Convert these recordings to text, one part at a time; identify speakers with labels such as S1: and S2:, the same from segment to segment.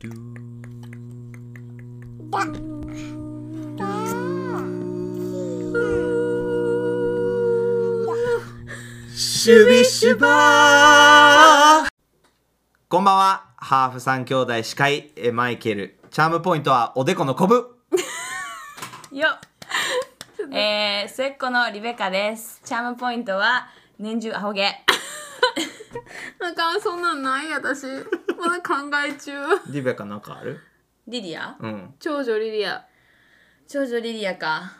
S1: ドゥ
S2: だだ
S1: シュビシュバーこんばんはハーフ三兄弟司会えマイケルチャームポイントはおでこのこぶ
S3: よっえー、末っ子のリベカですチャームポイントは年中アホ毛
S2: なんかそんなんない私まだ考え中
S1: リベカなんかある
S3: リリア
S1: うん
S2: 長女リリア
S3: 長女リリアか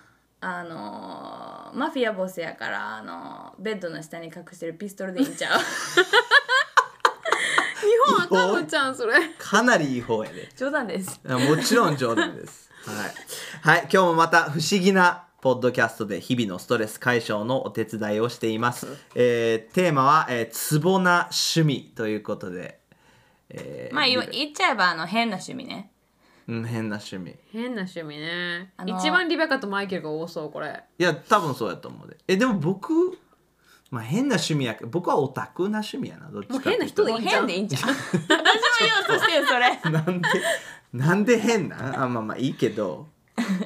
S3: あのー、マフィアボスやからあのー、ベッドの下に隠してるピストルでいいんち ゃう
S2: 日本あかんのちゃんそれ
S1: かなりいい方やで
S3: 冗談です
S1: あもちろん冗談です。 はい。はい。今日もまた不思議なポッドキャストで日々のストレス解消のお手伝いをしています。えーテーマは、えー、ツボな趣味ということで。えー
S3: まあ言
S1: リ
S3: わ言っちゃえばあの変な趣味ね
S1: うん、変な趣味。
S2: 変な趣味ね
S3: あの
S2: 一番リベカとマイケルが多そうこれ
S1: いや、多分そうやと思うで。え、でも僕、まあ変な趣味やけど、僕はオタクな趣味やな、どっちかっていうと。
S3: もう変でいいんじゃん私も言おうとしてるそれ
S1: なんで、なんで変なんあ、まあまあいいけ ど。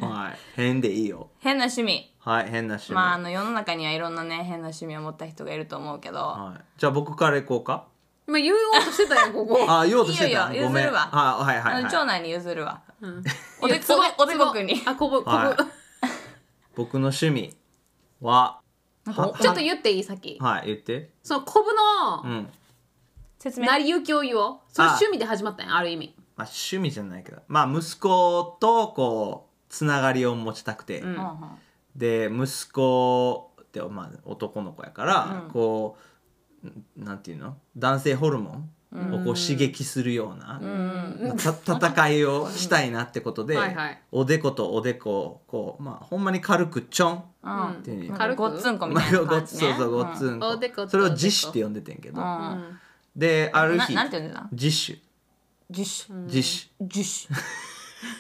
S1: はい。変でいいよ。
S3: 変な趣味
S1: はい、変な趣味。
S3: まああの世の中にはいろんなね変な趣味を持った人がいると思うけど、
S1: はい、じゃあ僕からいこうか。
S2: 今言おうとしてたやんここ
S1: あ、言おうとしてた。
S3: いいよいいよ
S1: ごめん。
S3: 譲るわ
S1: あ、はいはい、
S3: あの
S1: は
S3: 長
S1: い。
S3: 男に譲るわ
S2: うん
S3: おでこおでこくんに
S2: あこぶこぶ、
S1: はい僕の趣味は、は
S2: ちょっと言っていい先
S1: はい、言って。
S2: そのこぶ
S1: う
S2: の
S1: ん。
S3: 説明
S2: 成り行きを言おうそれ
S1: あ
S2: 趣味で始まったんやある意味
S1: まあ趣味じゃないけど、まあ息子とこう、つながりを持ちたくて。
S2: うん
S3: うんうん
S1: で、息子って、まあ男の子やから、こう、んなんていうの男性ホルモンをこう刺激するような。
S2: うん
S1: た戦いをしたいなってことで、
S2: はいはい
S1: おでことおでこをこう、まあ、ほんまに軽くちょん
S3: うん
S1: っていう
S3: なんかごっつんこみ
S1: ま
S3: たい
S1: あ
S3: な
S1: ご
S3: 感
S1: っ
S3: じ
S1: つ
S3: ね
S1: そうそうご
S3: ん
S1: っつんこ
S2: おでこと
S1: それを自主って呼んでてんけど
S3: うん
S1: である日
S3: ななんて呼んでた
S1: 自主
S3: 樹脂
S1: 自主
S3: 樹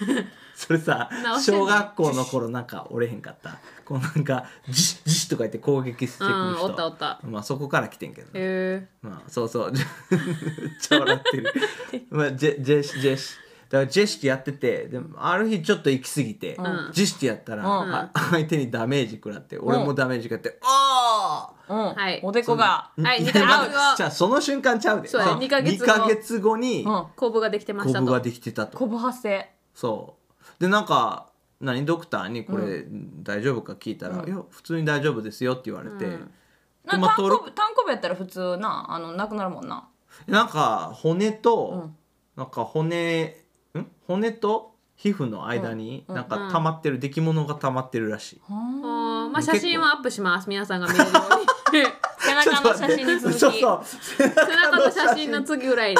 S3: 脂
S1: それさ
S2: 直してんの
S1: 小学校の頃なんか折れへんかったこうなんか自主自主とか言って攻撃してくる
S2: うん
S1: 人
S2: おったおった
S1: まあそこから来てんけどね
S2: へえ
S1: まあそうそう めっちゃ笑って るまあジェジェシジェシだからジェシってやっててでもある日ちょっと行き過ぎて、
S2: ん
S1: ジェシってやったら、
S3: うん
S1: あ相手にダメージ食らって俺もダメージ食らって「ああ!」
S3: うん
S2: はい
S3: おでこが
S2: はい
S1: いや
S2: 二ヶ月
S1: ま
S2: 後
S1: あじゃあその瞬間ちゃうで
S2: そうや
S1: の
S2: 二ヶ月後
S1: 二ヶ月後に
S3: うん
S2: こぶができてま
S1: コ
S2: した
S1: ブが
S2: と
S1: できてたと
S3: こぶ発生
S1: そうでなんか何ドクターにこれ大丈夫か聞いたら「いや普通に大丈夫ですよ」って言われて、
S2: うん
S3: な
S1: ト
S3: ん
S1: マ
S3: か
S1: ト
S3: 単
S1: ロ
S3: 行部単行部やったら普通なあのなくなるもんな
S1: なんか骨と、
S3: うん
S1: なんか骨ん骨と皮膚の間になんか溜まってる出来物が溜まってるらしい、
S2: あーまあ
S1: 結
S2: 写
S1: 構
S2: 真はアップします皆さんが見れるように
S3: 背中の写真に続き
S1: そうそう
S2: 背中の写真の次ぐらいに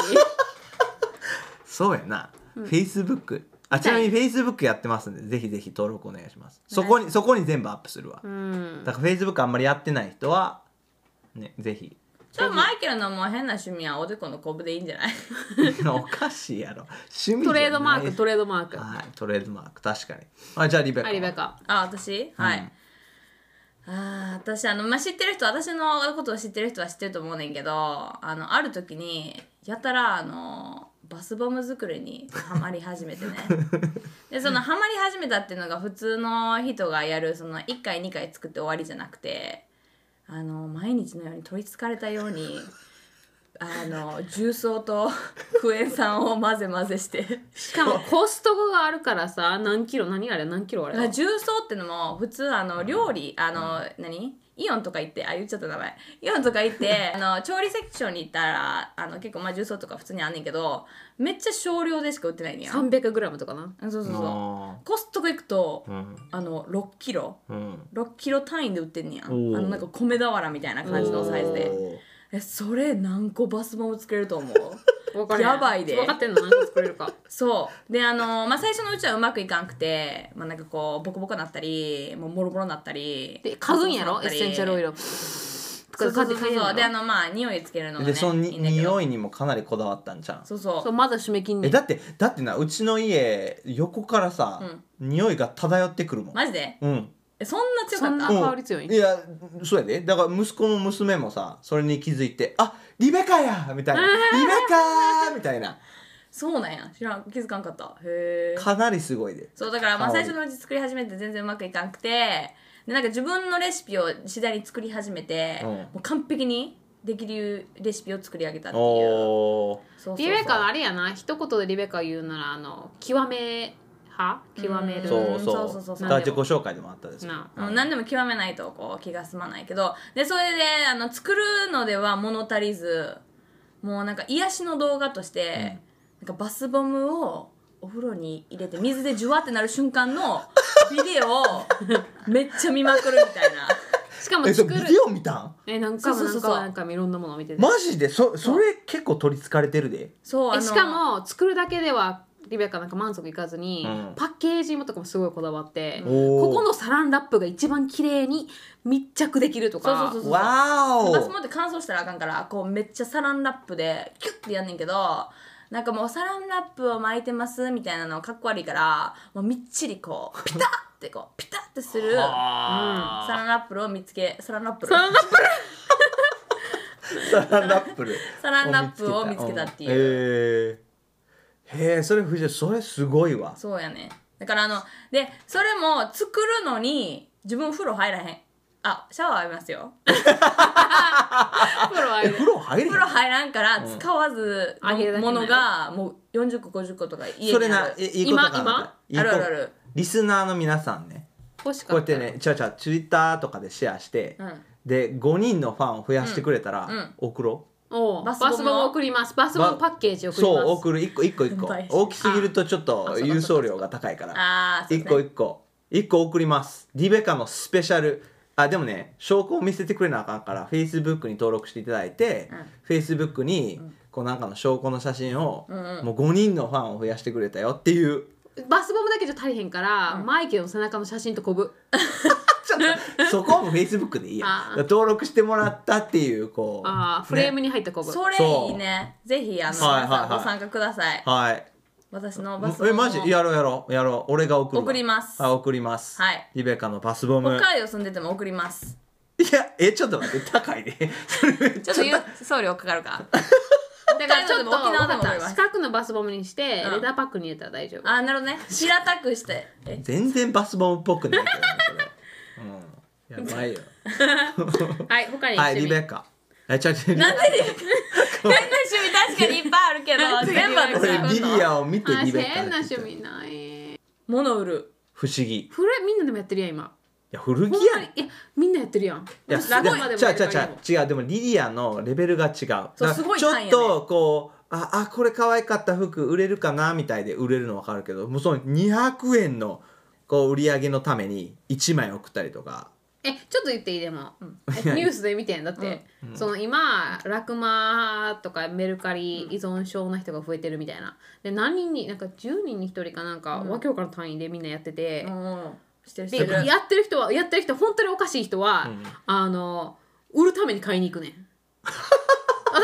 S1: そうやな、Facebook あちなみに Facebook やってますんでぜひぜひ登録お願いしますそこにそこに全部アップするわ、
S2: うん
S1: だから Facebook あんまりやってない人はねぜひ
S3: じゃあマイケルのもう変な趣味はおでこのこぶでいいんじゃない
S1: おかしいやろ趣味じゃない
S2: トレードマークトレードマークは
S1: はいトレードマーク確かにあじゃあリベカ
S2: いリベカ
S3: あ私はいあー私あの、まあ、知ってる人私のことを知ってる人は知ってると思うねんけどあのある時にやたらあのバスボム作りにハマり始め てねでそのハマり始めたっていうのが普通の人がやるその1回2回作って終わりじゃなくてあの毎日のように取りつかれたようにあの重曹と クエン酸を混ぜ混ぜして。
S2: しかもコストコがあるからさ何キロ何あれ何キロあ
S3: だから
S2: れ
S3: 重曹ってのも普通あの料理、あの、何イオンとか行ってあ言っちゃった名前イオンとか行って あの調理セクションに行ったらあの結構まあ重曹とか普通にあんねんけどめっちゃ少量でしか売ってないんやそう
S2: 300g とかな
S3: そうそ
S1: あ
S3: うコストコ行くと、
S1: ーうん
S3: あの6キロ
S1: うん
S3: 6キロ単位で売ってんねやあ
S1: おー
S3: のなんか米俵みたいな感じのサイズで
S1: おー
S3: えそれ何個バスボム作れると思う
S2: 分かれへん
S3: やばいで
S2: 分かってんの何個作れるか
S3: そうであの、まあ、最初のうちはうまくいかんくて、まあ、なんかこうボコボコなったりもうボロボロなったり
S2: で数んやろ
S3: そう
S2: エッ
S3: そう
S2: センシャルオイルと
S3: そうそ
S2: か買
S3: う
S2: っ
S3: そ
S2: て
S3: う
S2: 買えん
S3: そうであ
S2: やろ
S3: のまあ匂いつけるのがね
S1: でそのに
S3: いいんだけど
S1: 匂いにもかなりこだわったんじゃん
S3: そうそう
S2: そうまだ締め切んね
S1: え
S2: ん
S1: だってだってなうちの家横からさ、匂いが漂ってくるもん、
S3: マジで
S1: うん
S3: えそんな強
S2: そん
S3: かっ
S2: な
S3: た
S2: 香り強い
S1: いやそうやでだから息子も娘もさそれに気づいてあリベカやみたいな。リベカーみたいな。
S3: そうなんや知らん気づかんかったへえ
S1: かなりすごいで。
S3: そうだからまあ
S1: 香り
S3: 最初のうち作り始めて全然うまくいかなくてでなんか自分のレシピを次第に作り始めて、
S1: うん
S3: もう完璧にできるレシピを作り上げたっていう
S1: おー。
S3: そうそうそう
S2: リベカのあれやな一言でリベカ言うならあの極め派極める
S1: そううんそう。
S3: そうそうそう
S1: だから自己紹介でもあったですけど
S2: な
S1: うん
S3: うん、何でも極めないとこう気が済まないけどでそれであの作るのでは物足りずもうなんか癒しの動画として、なんかバスボムをお風呂に入れて水でジュワってなる瞬間のビデオをめっちゃ見まくるみたいな
S2: しかも
S1: え、そ
S2: 作
S1: れ
S2: る
S1: ビデオ見たん
S2: え何回も
S3: そうそうそう
S2: 何回
S3: そ
S2: も
S3: う
S2: 何回もいろんなものを見てて、
S1: マジでそ、それ結構取り憑かれてるで。
S3: そうあ
S2: え
S3: の
S2: しかも作るだけではリベカなんか満足いかずに、
S1: うん
S2: パッケージもとかもすごいこだわって
S1: おー
S2: ここのサランラップが一番綺麗に密着できるとか
S3: そうそうそう
S1: わ
S3: バス
S1: ー
S3: ボムって乾燥したらあかんからこうめっちゃサランラップでキュッてやんねんけどなんかもうサランラップを巻いてますみたいなのかっこ悪いからもうみっちりこうピタッてこうピタッてする
S1: お
S3: サ
S1: は
S3: ランラップルを見つけサランラップル
S1: ーサランラップル。
S3: サランラップを見つけたっていう、
S1: いう。へえ。へえ、それ藤井、それすごいわ。
S3: そうやねだからあのでそれも作るのに自分風呂入らへんあシャワー浴びますよ
S2: プロは
S1: え、風呂入れへん
S3: 風呂入らんから使わず
S2: うんあげるだ
S3: の
S2: け
S3: も
S2: なの
S3: のがもう40個50個とか家にある
S1: それな、えいいことかな
S2: 今今
S1: いいこと
S3: あるあるある
S1: リスナーの皆さんね、
S2: 欲しか
S1: こうや
S2: っ
S1: ったて
S2: ら
S1: ね、ちゃうちゃう、ツイッターとかでシェアして、
S3: うん
S1: で、5人のファンを増やしてくれたら、
S3: うんうん
S1: 送ろ
S2: おう
S3: バ
S2: バ
S3: スボムを
S2: スボムを送りますバスボムパッケージ
S1: う。
S2: 送ります
S1: そう、送る、1個1個1個
S3: 大。事
S1: 大きすぎるとちょっと
S2: あそうか
S1: 郵送料が高いから、
S3: ああ、そう
S1: 1
S3: です
S1: 個
S3: ね
S1: 1個、1個送ります。リベカのスペシャル。あでもね証拠を見せてくれなあかんから Facebook に登録していただいて、Facebook にこうなんかの証拠の写真を、もう5人のファンを増やしてくれたよって いう
S2: バスボムだけじゃ足りへんから、マイケルの背中の写真とこぶ
S1: ちょっとそこはもう Facebook でいいや
S2: あー
S1: だから登録してもらったっていうこう
S2: あーフレームに入ったこぶ、
S3: それいいね。ぜひ、あの、
S1: はいはいはい
S3: 皆さんご参加ください。
S1: はい
S3: 私のバスボム
S1: え
S3: を
S1: マジやろうやろうやろう俺が送るわ
S3: 送ります
S1: あ送ります
S3: はい
S1: リベカのバスボム
S3: 北海道住んでても送ります。
S1: いやえちょっと待って高いねそれめっ
S3: ちょっと郵送料かかるか。だ
S2: だ
S3: か
S2: から
S3: ら
S2: ち
S3: ち
S2: ょ
S3: ょ
S2: っ
S3: っ
S2: と
S3: と沖縄でも送
S2: わかっ
S3: り
S2: た
S3: ま
S2: 四
S3: す。
S2: 角のバスボムにして、
S3: うん
S2: レターパックに入れたら大丈夫
S3: あー、なるほどね。平たくして。え
S1: 全然バスボムっぽくないけどねそれうんやばい よ
S2: はい他に
S1: はい
S2: 趣
S1: リ
S2: 味
S1: ベカえちょちょ
S3: なんで で変な趣味確かにいっぱいあるけど、全部
S1: 俺
S3: 私
S1: リリアを見て
S2: あ
S1: リベカ
S2: 変な趣味ない
S3: 物売る。
S1: 不思議い
S2: 古いみんなでもやってるやん今
S1: や古着
S2: ほん
S1: や
S2: ま
S1: ん
S2: にいやみんなやってるやん
S1: いや、
S2: ラ
S1: でも、
S2: ま
S1: 違う違う
S2: でもやるからいいも
S1: 違う、違う、でも、リリアのレベルが違う。
S3: そう
S1: だから
S3: すごい
S1: ちょ
S3: 単位
S1: っ
S3: やね
S1: と、こう、あ、あ、これ可愛かった服売れるかなみたいで売れるのわかるけど、もうその200円の。こう、売り上げのために、1枚送ったりとか。
S2: えちょっと言っていいでも、えニュースで見てんだって、その今ラクマとかメルカリ依存症な人が増えてるみたいなで何人になんか10人に1人かなんか、わけわからん単位でみんなやってて、
S3: うん。してるして
S2: で
S3: る。
S2: やってる人はやってる人本当におかしい人は、あの売るために買いに行くねん 私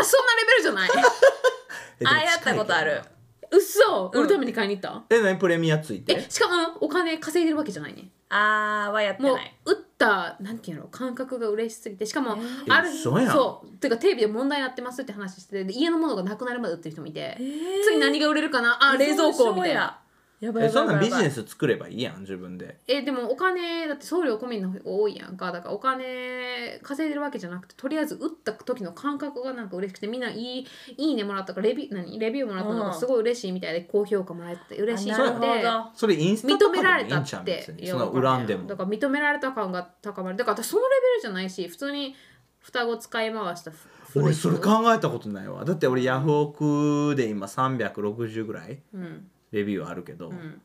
S2: そんなレベルじゃない
S1: えでも
S3: ああ、やったことあ
S1: 近い
S3: る
S1: け。
S2: 嘘売るために買いに行った、
S1: どな。え、何プレミアついて
S2: え。しかもお金稼いでるわけじゃないね
S3: あーはやって
S2: もう
S3: ない。
S2: 打ったなんていうの感覚が嬉しすぎてしかも
S1: え
S2: ある日
S1: 嘘やん
S2: そうていうかテレビで問題になってますって話しててで家のものがなくなるまで売ってる人もいて、次何が売れるかなあ冷蔵庫みたいな。
S3: やばい
S1: え、
S3: やば
S1: そ
S3: い
S1: ん
S3: やば
S1: なん
S3: い
S1: ビジネス作ればいいやん、自分で。
S2: えでもお金だって送料込みの方が多いやんかだからお金稼いでるわけじゃなくてとりあえず打った時の感覚がなんか嬉しくてみんないい「いいね」もらったからレビュー何レビューもらったの
S3: う
S2: が
S3: ん
S2: すごい嬉しいみたいで高評価もらえて嬉しい
S3: あ
S2: っ
S3: なるほど
S2: て
S1: それインスタと
S2: 認
S1: かで
S2: め
S1: も
S2: ら
S1: い
S2: れ
S1: い
S2: た
S1: んちゃ
S2: っ
S1: う
S2: て
S1: 別
S2: い
S1: に。
S2: や
S1: その
S2: わか
S1: 恨ん
S2: んな
S1: で
S2: い
S1: も
S2: だ。から認められた感が高まるだから私そのレベルじゃないし普通に双子使い回したふ
S1: 俺それ
S2: 古い
S1: 考えたことないわだって俺ヤフオクで今360ぐらい
S2: うん
S1: レビューあるけど、
S2: ん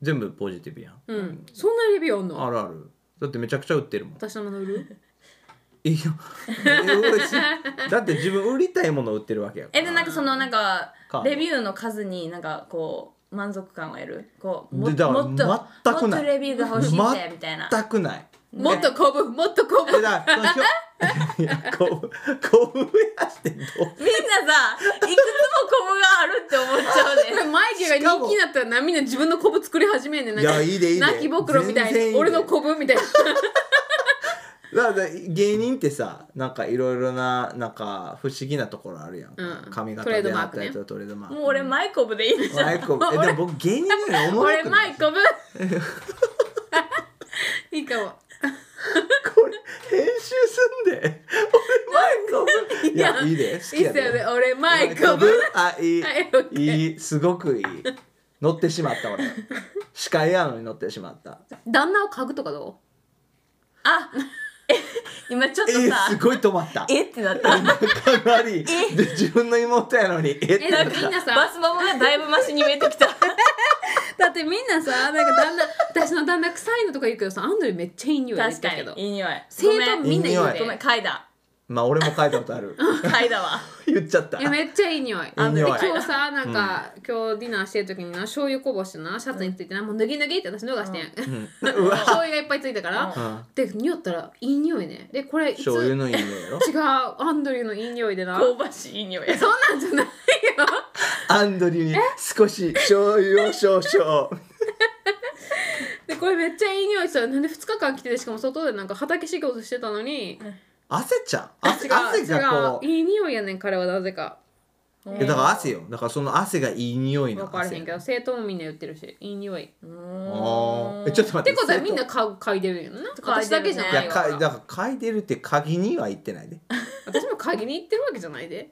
S1: 全部ポジティブやん
S2: うんそんなレビューあんの
S1: あるあるだってめちゃくちゃ売ってるもん
S2: 私のもの売る
S1: いやえ俺し だって自分売りたいものを売ってるわけやから
S3: えでなんかそのなんか
S1: カード
S3: レビューの数になんかこう満足感を得るこうも
S1: でだから
S3: もっと
S1: 全くない
S3: もっとレビューが欲しいってみたいな
S1: 全くない
S2: もっとこぶもっとこぶ
S1: え だからそのひょ いやこうこう増やしてどう
S3: みんなさいくつもコブがあるって思っちゃう
S2: これ
S3: ね
S2: マイケルが人気になったらなみんな自分のコブ作り始めんねんなんか
S1: いやいいでいいで
S2: 泣きぼくろみたい
S1: 全然いい
S2: な
S1: で
S2: 俺のコブみたいな
S1: だだから芸人ってさなんかいろいろななんか不思議なところあるやんか、
S2: うん
S1: 髪型
S2: トレード
S1: で
S2: マ
S1: あ
S2: ー
S1: っ
S2: ク
S1: た
S2: ね
S1: りとかトレードマーク,、
S3: もう俺マイコブで いいじゃん
S1: マイコ ブえでも僕芸人なのに思わな
S3: 俺
S1: く
S3: マ
S1: ない
S3: イコブ
S2: いいか
S1: こ
S2: も
S1: れ編集すんで俺マイコブいや
S2: いや
S1: いいで好き
S2: いいっ
S1: や
S2: すよね
S1: で
S2: 俺マイコブ
S1: あいい、
S2: はいオッケー
S1: いいすごくいい乗ってしまった俺司会やのに乗ってしまった
S2: 旦那を嗅ぐとかど
S3: あえ今ちょっ
S1: え
S3: と
S1: ー
S3: さ
S1: すごい止まった
S3: えってなった
S1: かなりで自分の妹やのにえっ
S2: うえ
S1: て
S2: な
S1: なんん
S2: か
S1: か
S2: みんな
S3: バ
S2: さ
S3: スボムがだいぶマシに見えてきた
S2: だってみんなさなんか旦那私の旦那臭いのとか言うけどさアンドリューめっちゃいい匂い
S3: 確か
S2: けど
S3: にいい匂い
S2: 生徒
S3: ごめん
S2: みんな言う
S1: いい匂い
S3: ごめん嗅いだ
S1: まあ俺も書いたことある
S3: 嗅いだわ
S1: 言っちゃった
S2: いやめっちゃいい匂い
S1: いい匂い
S2: で今日さなんか、今日ディナーしてる時にな醤油こぼしてなシャツについてな、もう脱ぎ脱ぎって私脱がしてん、
S1: うわ
S2: 醤油がいっぱいついたから、
S1: うん
S2: で匂ったらいい匂いねでこれいつ
S1: 醤油のいい匂いやろ
S2: 違うアンドリューのいい匂いでな
S3: 香ばしいいい匂い
S2: そんなんじゃないよ
S1: アンドリューに少し醤油を少々
S2: でこれめっちゃいい匂いしたらなんで2日間来ててしかも外でなんか畑仕事してたのに
S1: 汗ちゃう汗
S2: 違
S1: 汗
S2: う
S1: がこ
S2: 違ういい匂いやねん彼はなぜか
S1: ういやだから汗よだからその汗がいい匂いの
S2: 分
S1: 汗
S2: からへんけど生徒もみんな言ってるしいい匂いっ
S1: あーえちょっと待
S2: て
S1: って
S2: ことはみんな嗅嗅いでるよな私だけじゃ
S1: い
S2: ない
S1: や
S2: よ
S1: かだから嗅いでるって鍵には行ってないで
S2: 私も嗅ぎに行ってるわけじゃないで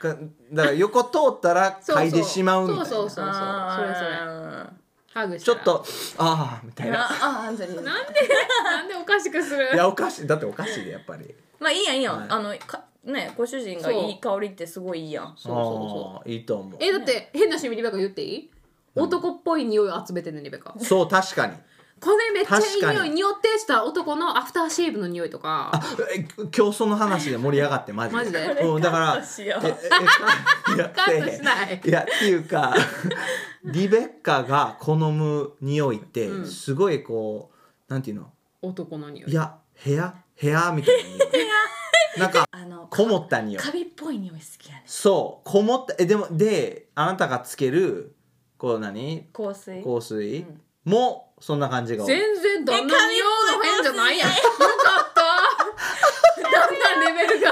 S1: かだから横通ったら
S2: そうそう
S1: 嗅いでしまうみたいな
S2: そうそうそうそれそれ
S3: あ
S2: ハグし
S1: ち
S2: た
S1: ょ
S2: ら
S1: っとああみたい
S3: ー
S1: な
S3: ああアンジェリーナ
S2: なんで なんでおかしくする
S1: いやおかしいだっておかしいでやっぱり
S3: まあいいやんいいや
S1: はい
S3: んあのかねご主人が
S2: そう
S3: いい香りってすごいいいやん
S2: そうそ
S1: そ
S2: う
S1: ういいと思う
S2: えだって変な趣味リベカ言っていい男っぽい匂いを集めてんねリベカ
S1: そう確かに
S2: これめっちゃいい
S1: 確
S2: 匂
S1: か
S2: い
S1: に
S2: 匂ってした男のアフターシェイブの匂いとか
S1: え 今日その話で盛り上がってマジで
S2: マジで
S1: うん、だから
S3: カットしよう
S1: ええいや
S2: カットしない
S1: いやっていう かリベッカが好む匂いって
S2: うん
S1: すごいこうなんていうの
S2: 男の匂い
S1: いや部屋部屋みたいな 匂いなんか
S3: あの
S1: こもった匂い
S3: カビっぽい匂い好きやね
S1: そうこもったえでもであなたがつけるこう何
S3: 香水
S1: 香水もそんな感じが多い
S2: 全然旦那の匂いの変じゃないやんよか っただんだんレベル
S3: 嫁入
S2: が
S3: り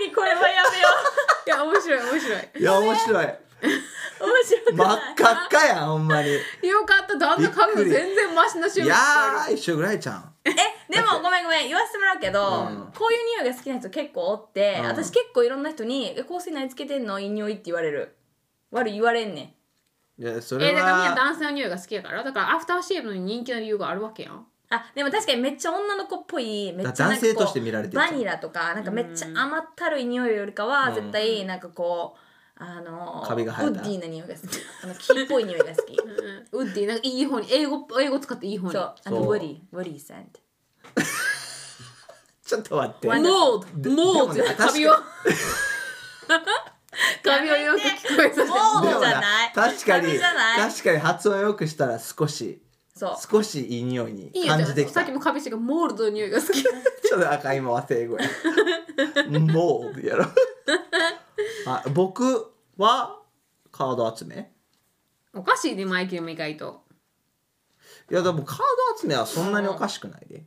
S3: 前にこれはやめよ
S2: いや面白い面白い
S1: いや面白いう
S3: 面白く
S1: 真
S3: な
S1: っ
S3: い
S1: 赤っかやんほん まにい
S2: よかった旦那家具全然マシな趣味
S1: やー一緒ぐらいちゃん
S3: えでもごめんごめん言わせてもらうけど、
S1: うん
S3: こういう匂いが好きな人結構おって、
S1: うん
S3: 私結構いろんな人にえ「香水何つけてんのいい匂い」って言われる悪い言われんねん
S1: いやそ
S2: え
S1: れ
S2: ー、だからみんな
S1: は
S2: 男性の匂いが好きやからだからアフターシェーブの人気の理由があるわけやん
S3: あでも確かにめっちゃ女の子っぽいめっちゃなん
S1: 男
S3: かこう
S1: 性として見られてるじゃ
S3: バ
S1: ん
S3: ニラとかなんかめっちゃ甘ったるい匂いよりかは、
S1: うん
S3: 絶対なんかこうあの
S1: カビが生えた
S3: ウッディーな匂いが好きあの木っぽい匂いが好 き
S2: ウッディなんかいい方に英語英語使っていい方に
S3: そうあの
S1: そう
S3: ウォディウォディさんって
S1: ちょっと待って
S3: わ
S2: モー
S1: で
S2: ドモー
S1: でも
S2: ド
S1: ね
S2: カビをカビをよく聞こえさせて
S3: も
S1: で
S3: う
S1: も
S3: じゃ
S1: な
S3: ない
S1: 確か
S3: カ
S1: に
S3: ビじゃない
S1: 確かに発音よくしたら少し
S3: そう
S1: 少しいい匂いに
S2: いいよ
S1: 感じてき
S2: さ
S1: た
S2: っきもカビしてがモールドの匂いが好き
S1: ちょっと赤い今和製語やもうやろあ僕はカード集め
S2: おかしいねマイケルも意外と
S1: いやでもカード集めはそんなにおかしくないで、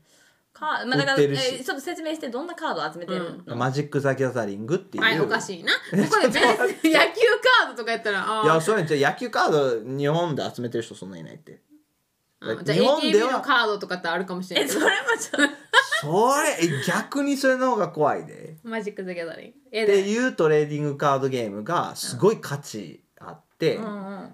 S3: カーまあ、
S1: 売
S3: だか
S1: っ
S3: ら、
S1: て
S3: え
S1: るし
S3: ーちょっと説明してどんなカードを集めてるの、
S2: うん
S1: マジック・ザ・ギャザリングっていう、
S2: はいおか
S1: い
S2: し いなここで全野球カードとかやったらあ
S1: や
S2: ー
S1: そうやんじゃあ野球カード日本で集めてる人そんないないって
S2: うんじゃあ
S1: 日本で
S2: ATV
S1: は
S2: のカードとかってあるかもしれ
S3: え
S2: ない
S3: それもちょっと
S1: それえ逆にそれの方が怖いで
S2: マジック・ザ・ギャザリングえ
S1: って
S2: で
S1: いうトレーディングカードゲームがすごい価値あって、
S3: うん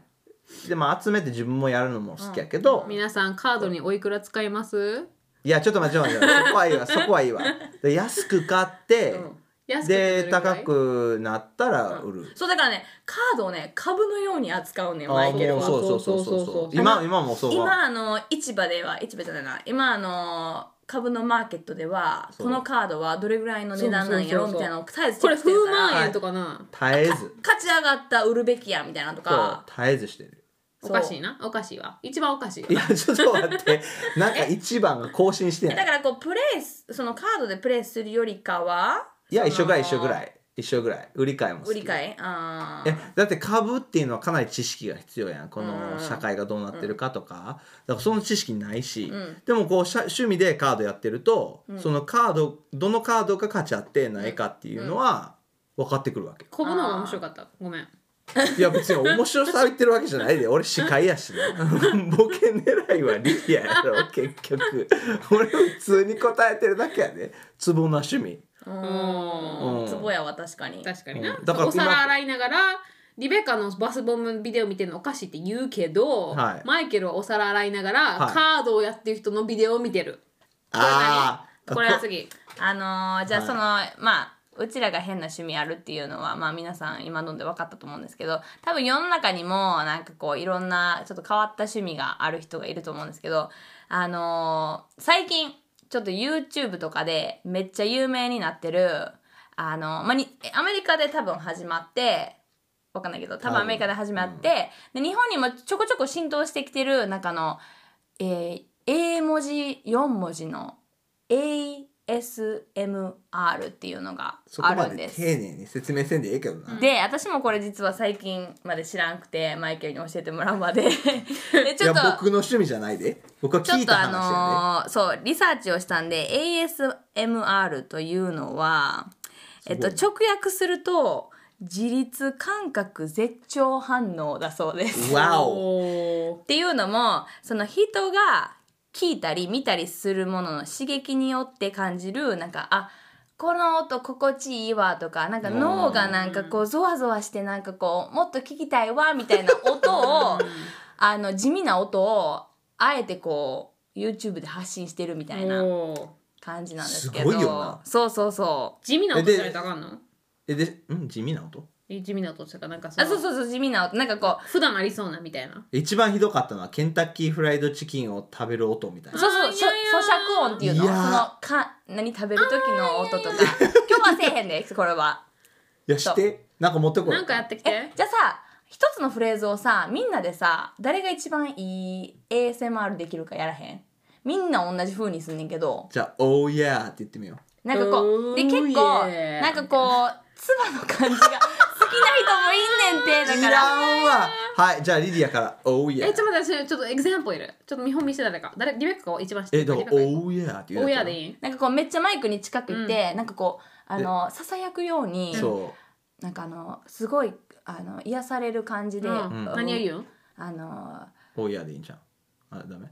S1: でまあ集めて自分もやるのも好きやけど、い
S2: 皆さんカードにおいくら使います
S1: やちょっと待ってちょっと待ってそこはいいわ そこはいいわで安く買って、
S2: 安くてど
S1: で
S2: れぐらい
S1: 高くなったら売る、
S3: そうだからねカードをね株のように扱うね
S1: あー
S3: マイケル
S1: もう
S3: は
S1: そうそうそうそう
S2: そうそうそうそう
S1: 今今もそう
S3: 今あの市場では市場じゃないな今あの株のマーケットでは
S1: そう
S3: このカードはどれぐらいの値段なんやろ
S2: そうそうそうそう
S3: みたいなのを絶えずチ
S2: こ
S3: ェッ
S2: れ
S3: クしてる
S2: 風
S3: から
S2: 万円とかな
S1: 絶えず
S3: 勝ち上がった売るべきやみたいなのと
S1: そう
S3: か
S1: 絶えずしてる
S2: おかしいなおかしいわ一番おかしいわ
S1: いやちょっと待ってなんか一番が更新して
S3: だ
S1: ない
S3: からこうプレイスそのカードでプレイするよりかはい
S1: や
S3: その
S1: 一緒ぐらい一緒ぐらい一緒ぐらい売り買いも好き
S3: 売り買いあ
S1: え
S3: ー
S1: だって株っていうのはかなり知識が必要やんこ
S3: う
S1: の
S3: ん
S1: 社会がどうなってるかとか,、だからその知識ないし、
S3: うん
S1: でもこうしゃ趣味でカードやってると、
S3: うん
S1: そのカードどのカードが価値あってないかっていうのは分かってくるわけ、
S2: こぶの方が面白かったごめん
S1: いや別に面白さを言ってるわけじゃないで俺司会やし なボケ狙いはリリアやろ結局俺普通に答えてるだけやでツボな趣味う
S3: うー
S1: ん
S3: んツボやは確かに
S2: 確かにな、
S1: うんだから
S2: お皿洗いながらリベカのバスボムビデオ見てるのおかしいって言うけど、
S1: はい
S2: マイケルはお皿洗いながら、
S1: はい
S2: カードをやってる人のビデオを見てる
S1: ああ
S2: これは次
S3: あのーじゃあ
S1: はい
S3: その、まあうちらが変な趣味あるっていうのはまあ皆さん今ので分かったと思うんですけど多分世の中にもなんかこういろんなちょっと変わった趣味がある人がいると思うんですけどあのー最近ちょっと YouTube とかでめっちゃ有名になってるあのー、まあ、にアメリカで多分始まってわかんないけど多分アメリカで始まって、で日本にもちょこちょこ浸透してきてる中の、えー、英文字4文字の ASMR っていうのが
S1: そこ
S3: あ
S1: ま
S3: るん
S1: で
S3: です。
S1: 丁寧に説明せんでええけどな、
S3: で私もこれ実は最近まで知らんくてマイケルに教えてもらう まででちょっ
S1: いや
S3: と
S1: 僕の趣味じゃないで僕は
S3: ちょ
S1: 聞
S3: っ
S1: いた
S3: とあ
S1: 話やで、
S3: のーそうリサーチをしたんで ASMR というのは、えっと、
S1: す
S3: 直訳すると自律感覚絶頂反応だそうです。
S1: わお
S2: お
S3: っていうのもその人が聞いたり見たりするものの刺激によって感じるなんかあこの音心地いいわとかなんか
S1: うん
S3: 脳がなんかこうゾワゾワしてなんかこうもっと聞きたいわみたいな音 をあの地味な音をあえてこう YouTube で発信してるみたいな
S2: おー
S3: 感じなんですけど
S1: すごいよな
S3: そうそうそう
S2: 地味な音されたらあかんの
S1: えでうん地味な音
S2: え地味な音したかなんかそ
S3: あ
S2: の
S3: そうそうそう地味な音なんかこう
S2: 普段ありそうなみたいな
S1: 一番ひどかったのはケンタッキーフライドチキンを食べる音みたいな
S3: そうそう、
S2: あー
S3: しょ
S2: いやいや
S3: 咀嚼音っていうの、
S1: い
S3: そ
S1: や
S3: の
S1: ー
S3: か何食べる時の音とか、今日はせえへんで、これは。
S1: いやしてなんか持ってこい
S2: なんかやってき
S3: え
S2: て、
S3: じゃあさ、一つのフレーズをさ、みんなでさ、誰が一番いい ASMR できるかやらへん。みんな同じ風にすんねんけど、
S1: じゃあ「おーやー」って言ってみよう
S3: なんかこう、で、結構、
S2: うーいえー
S3: なんかこう、つばの感じが、好き な人もいんねんて、
S1: い
S3: だから。
S1: らんわはいじゃあリディアから「おーや
S2: えち
S1: ー
S2: ょっと待って私ちょっとエグザンプルいるちょっと見本見せて誰か誰リベッカを一番知っ」て
S1: え
S2: る
S1: だ
S2: か
S1: から「
S2: リベ
S1: お
S2: ッカいい
S1: ーやー」って言
S2: 親
S1: う
S2: で
S1: や
S2: いい
S3: なんかこう、めっちゃマイクに近く行って、なんかこう、あの、ささやくように、
S1: つそ
S3: なんかあのすごいあの癒される感じで、
S2: うん何を
S3: う
S2: 言うん
S3: あの
S1: う「おーやー」でいいんじゃんあダメ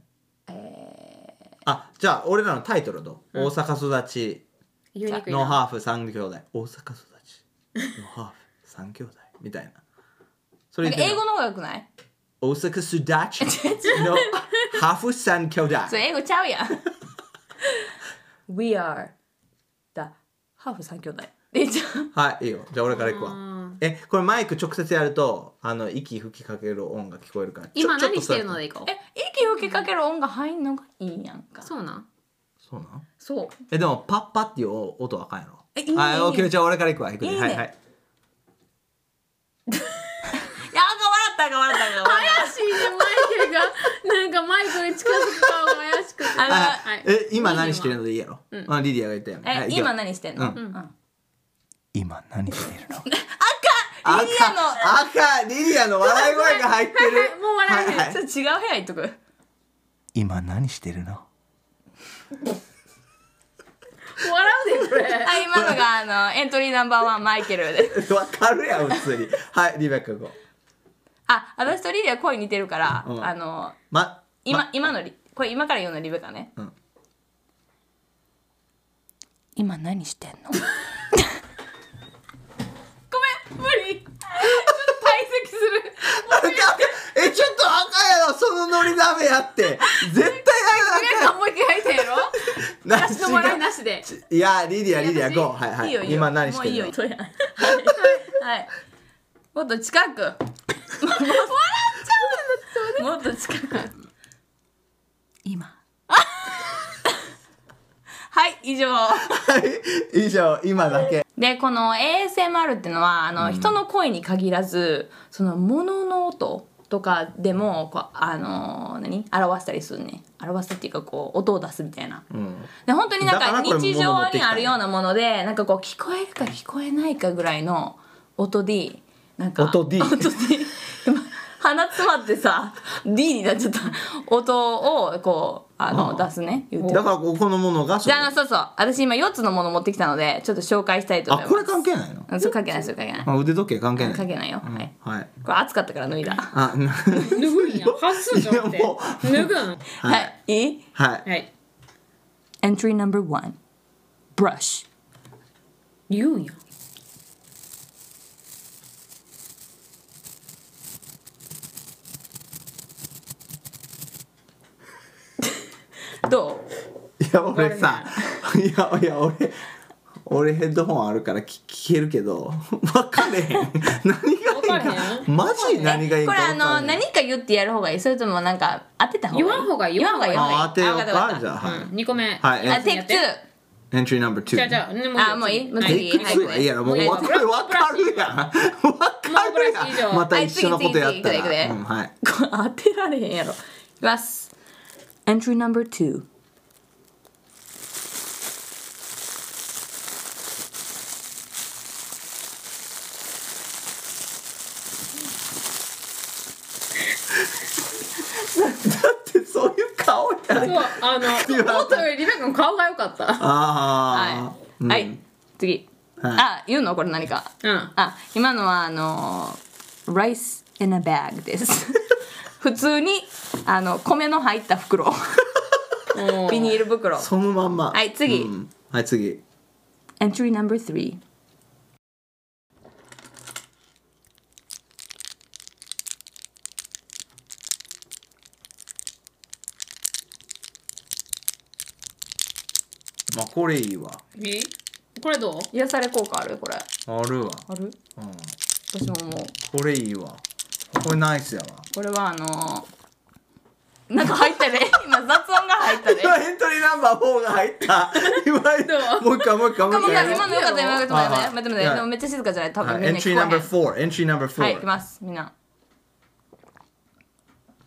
S3: え
S1: あじゃあ俺らのタイトルはどう、
S2: うん
S1: 大阪育ち
S2: 言いにくい
S1: の
S2: な
S1: ハーフ三兄弟大阪育ちのハーフ三兄弟みたいなそ
S3: ー
S1: れ
S3: なん
S1: 言っ
S3: か
S1: てみよう
S3: 英語の方がよくない
S1: 大阪すだ ちのハーフさん兄弟。
S3: それ英語ちゃうやん We are the ハーフ三兄弟えじゃ
S1: はい、いいよ。じゃあ俺から行くわ。
S2: うん
S1: え、これマイク直接やると、あの、息吹きかける音が聞こえるから。ちょ
S2: 今
S1: ちょっと
S2: 何してるの
S1: それ
S2: でいこう
S3: え息吹きかける音が入んのがいいやんか
S2: そうなん
S1: そうなん
S3: そう
S1: え、でも、パッパっていう音わかんやろ。
S3: えいいね
S1: はい
S3: いいね
S1: オッケーじゃあ俺から行くわ。行くね
S3: いいね
S1: はいはい。
S3: いやあかん笑ったあかん笑ったあかん笑
S2: 怪しいねマイケルが なんかマイクに近づく顔が怪しくて
S3: あの
S1: あ
S2: はい
S1: え、今何してるのでいいやろ。
S2: うん。
S1: あリディアが言ったやん。
S3: った
S1: は
S3: え
S1: い
S3: 今
S1: 行くよ
S3: 何してんの、
S1: うん今何してるの
S3: あかん
S1: 赤
S3: リリア の
S1: 赤リディアの笑い声が入ってる
S2: もう笑えへん
S1: はいはい
S3: ちょっと違う部屋行っとく
S1: 今何してるの
S2: 笑うで これ
S3: あ今のがあのエントリーナンバーワンマイケルで
S1: わかるやん、普通に。はい、リベッカこう。
S3: あ私とリリア声似てるから、
S1: うん
S3: あの
S1: ま、
S3: 今、
S1: ま
S3: 今のリこれ今から言うのリベカね、
S1: うん
S3: 今何してんのごめん無理ちょっと退席する
S1: え、ちょっと赤やろ、そのノリダメやって。絶対
S3: リベカもう一回入ってやろ
S1: あか
S2: 私の
S1: ん
S2: 笑い
S1: やろ。
S2: なしで
S1: いや、リディア、リディア、
S3: 私
S1: ゴー。はいはい
S3: よい
S1: い。
S3: いよ
S1: 今何して
S3: もういい
S1: る
S3: よ
S1: の
S3: そうやんはい、はい、もっと近く笑っちゃうもっと近く今はい以上
S1: はい以上、今だけ。
S3: でこの ASMR っていうのはあの、人の声に限らずその物の音とかでもこうあのー何表したりするね表すっていうかこう音を出すみたいな、
S1: うん
S3: で本当にな
S1: だ
S3: ん
S1: から
S3: か
S1: これ
S3: 日
S1: 物持っ
S3: 常
S1: てき
S3: に
S1: たね
S3: あるようなものでなんかこう聞こえるか聞こえないかぐらいの音 D なんか
S1: 音 D
S3: 音 D 今鼻詰まってさ D になっちゃった音をこうあの出すね言うて
S1: だからここのものがそ
S3: じ
S1: れ
S3: ゃああのそうそう私今4つのもの持ってきたのでちょっと紹介したいと
S1: あ
S3: 思いま
S1: これ
S3: す
S1: 関係ないの
S3: うんそうかけないそうかけない
S1: あ腕時計関係ない
S3: かけないよ、はい
S1: はい
S3: これ暑かったから脱いだ
S1: あな
S2: 脱ぐんや外すんじゃなく
S1: い
S2: て
S1: やもう
S2: 脱ぐん
S1: は
S3: はいい、いい
S1: はい
S2: はい
S3: Entry number one Brush
S2: 言うんや
S3: ど
S1: いや俺さい やいや俺俺ヘッドホンあるから聞聞けるけど 分かれへん何がいい
S2: 分か
S1: か
S2: れへ
S1: マジ
S3: う
S1: 何がいい
S3: こ
S1: か
S3: れあ
S1: 分か
S3: の
S1: れへん
S3: 何か言ってやる方がいいそれともなんか当てた方がいい
S2: 言わん方がいい
S3: 言わん方がいい
S1: あ当てよう
S3: あわったわか
S1: か
S3: った
S1: じゃあはい
S2: うん、2個目
S1: はい
S3: あ、テイク2。
S1: エントリーナンバー
S2: じゃあじ
S1: 2
S2: ゃあねも
S3: あもういいもう
S2: は
S1: テ
S3: 次
S1: イク
S3: はい
S1: 2はいいやろもう分かる分かるやん分かる
S2: もうブラシ以
S1: や
S2: 上
S1: んまた一緒のことやった
S3: はい次次次いくでい
S1: ら
S3: くで
S1: うんはい
S3: これ当てられへんやろ。いきます。Entry number two.
S1: だってそういう顔やん
S2: そうあの音よりリベカの顔が良かった
S1: あ
S3: は
S1: あ
S3: い。はい。次。
S1: はい
S3: あ、言うのこれ何か。
S2: うん
S3: あ、今のはあのー、rice in a bag です。 普通にあの米の入った袋。
S2: もう
S3: ビニール袋。
S1: そのまんま
S3: はい次
S1: うんはい次
S3: Entry number three.
S1: まあこれいいわ
S2: えこれどう
S3: 癒され効果あるこれ。あ
S1: あるわう
S3: る
S1: ん
S3: 私ももう。
S1: これいいわこれナイスやわ
S3: これはあのー、なんか入った ね。今雑音が入ったね。
S1: 今エントリーナンバー4が入った今もう一回もう一回もう一
S3: 今
S1: 回
S3: 今のよかった今のよかった
S1: はいはい
S3: 待って待って待って
S1: はい
S3: でもめっちゃ静かじゃない多分みん
S1: エ
S3: な
S1: ントリー
S3: 聞
S1: ナンバ
S3: こ
S1: ー4エントリーナンバ
S3: えへんはい行き
S1: ー
S3: ますみんな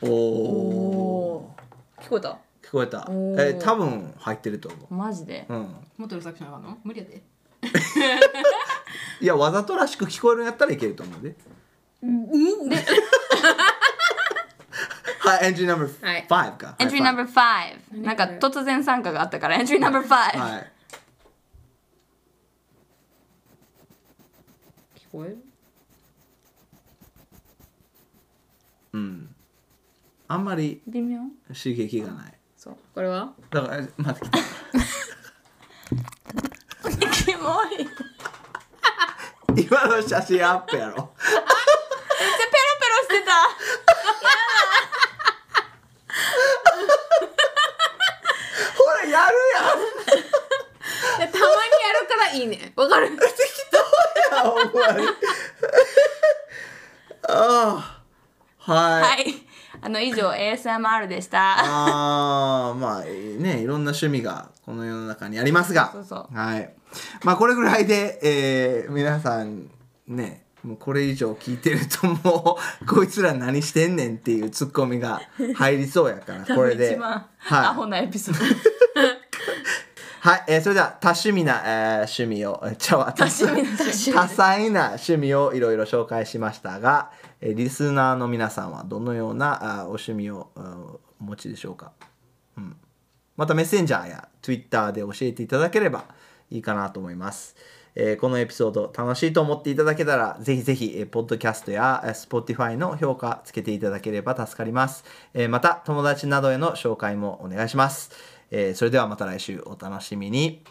S1: 4おお
S3: 聞こえた
S1: 聞こえた
S3: おー
S1: え多分入ってると思
S3: マジで
S1: ううん
S2: もっとうるさくしなあかんの無理やで
S1: いやわざとらしく聞こえるんやったらいけると思うで
S2: うんで
S1: はいエントリーナンバ
S2: は
S1: ー
S2: い
S1: 5か
S3: エントリーナンバ
S1: ー
S3: ー5なんか突然参加があったからエントリーナンバー5
S1: はい
S2: 聞こえる
S1: うんあんまり
S3: 微妙
S1: 刺激がない
S3: そう
S2: これは
S1: だからえ待って来た
S3: キモいめっちゃペロペ
S1: 今の写真アップやろ
S3: ロしてた
S1: ほらやる
S2: いやたまにやるからいいねわかる
S1: やんほんまにああはい、
S3: はいあの以上 ASMR でした
S1: あーまあねいろんな趣味がこの世の中にありますが
S3: そうそう
S1: はいまあこれぐらいで、えー皆さんねもうこれ以上聞いてるともうこいつら何してんねんっていうツッコミが入りそうやからこれ
S3: 多分
S1: で
S3: 一番アホ
S1: はい、
S3: なエピソード
S1: はいえーそれでは多趣味な、えー趣味をえーちゃうわ多
S3: 趣味な趣味
S1: 多彩な趣味をいろいろ紹介しましたが、えーリスナーの皆さんはどのようなあーお趣味をうんお持ちでしょうか、うん、またメッセンジャーや Twitter で教えていただければいいかなと思います、えーこのエピソード楽しいと思っていただけたらぜひぜひ、えー、ポッドキャストやえー Spotify の評価つけていただければ助かります、えーまた友達などへの紹介もお願いします、えーそれではまた来週お楽しみに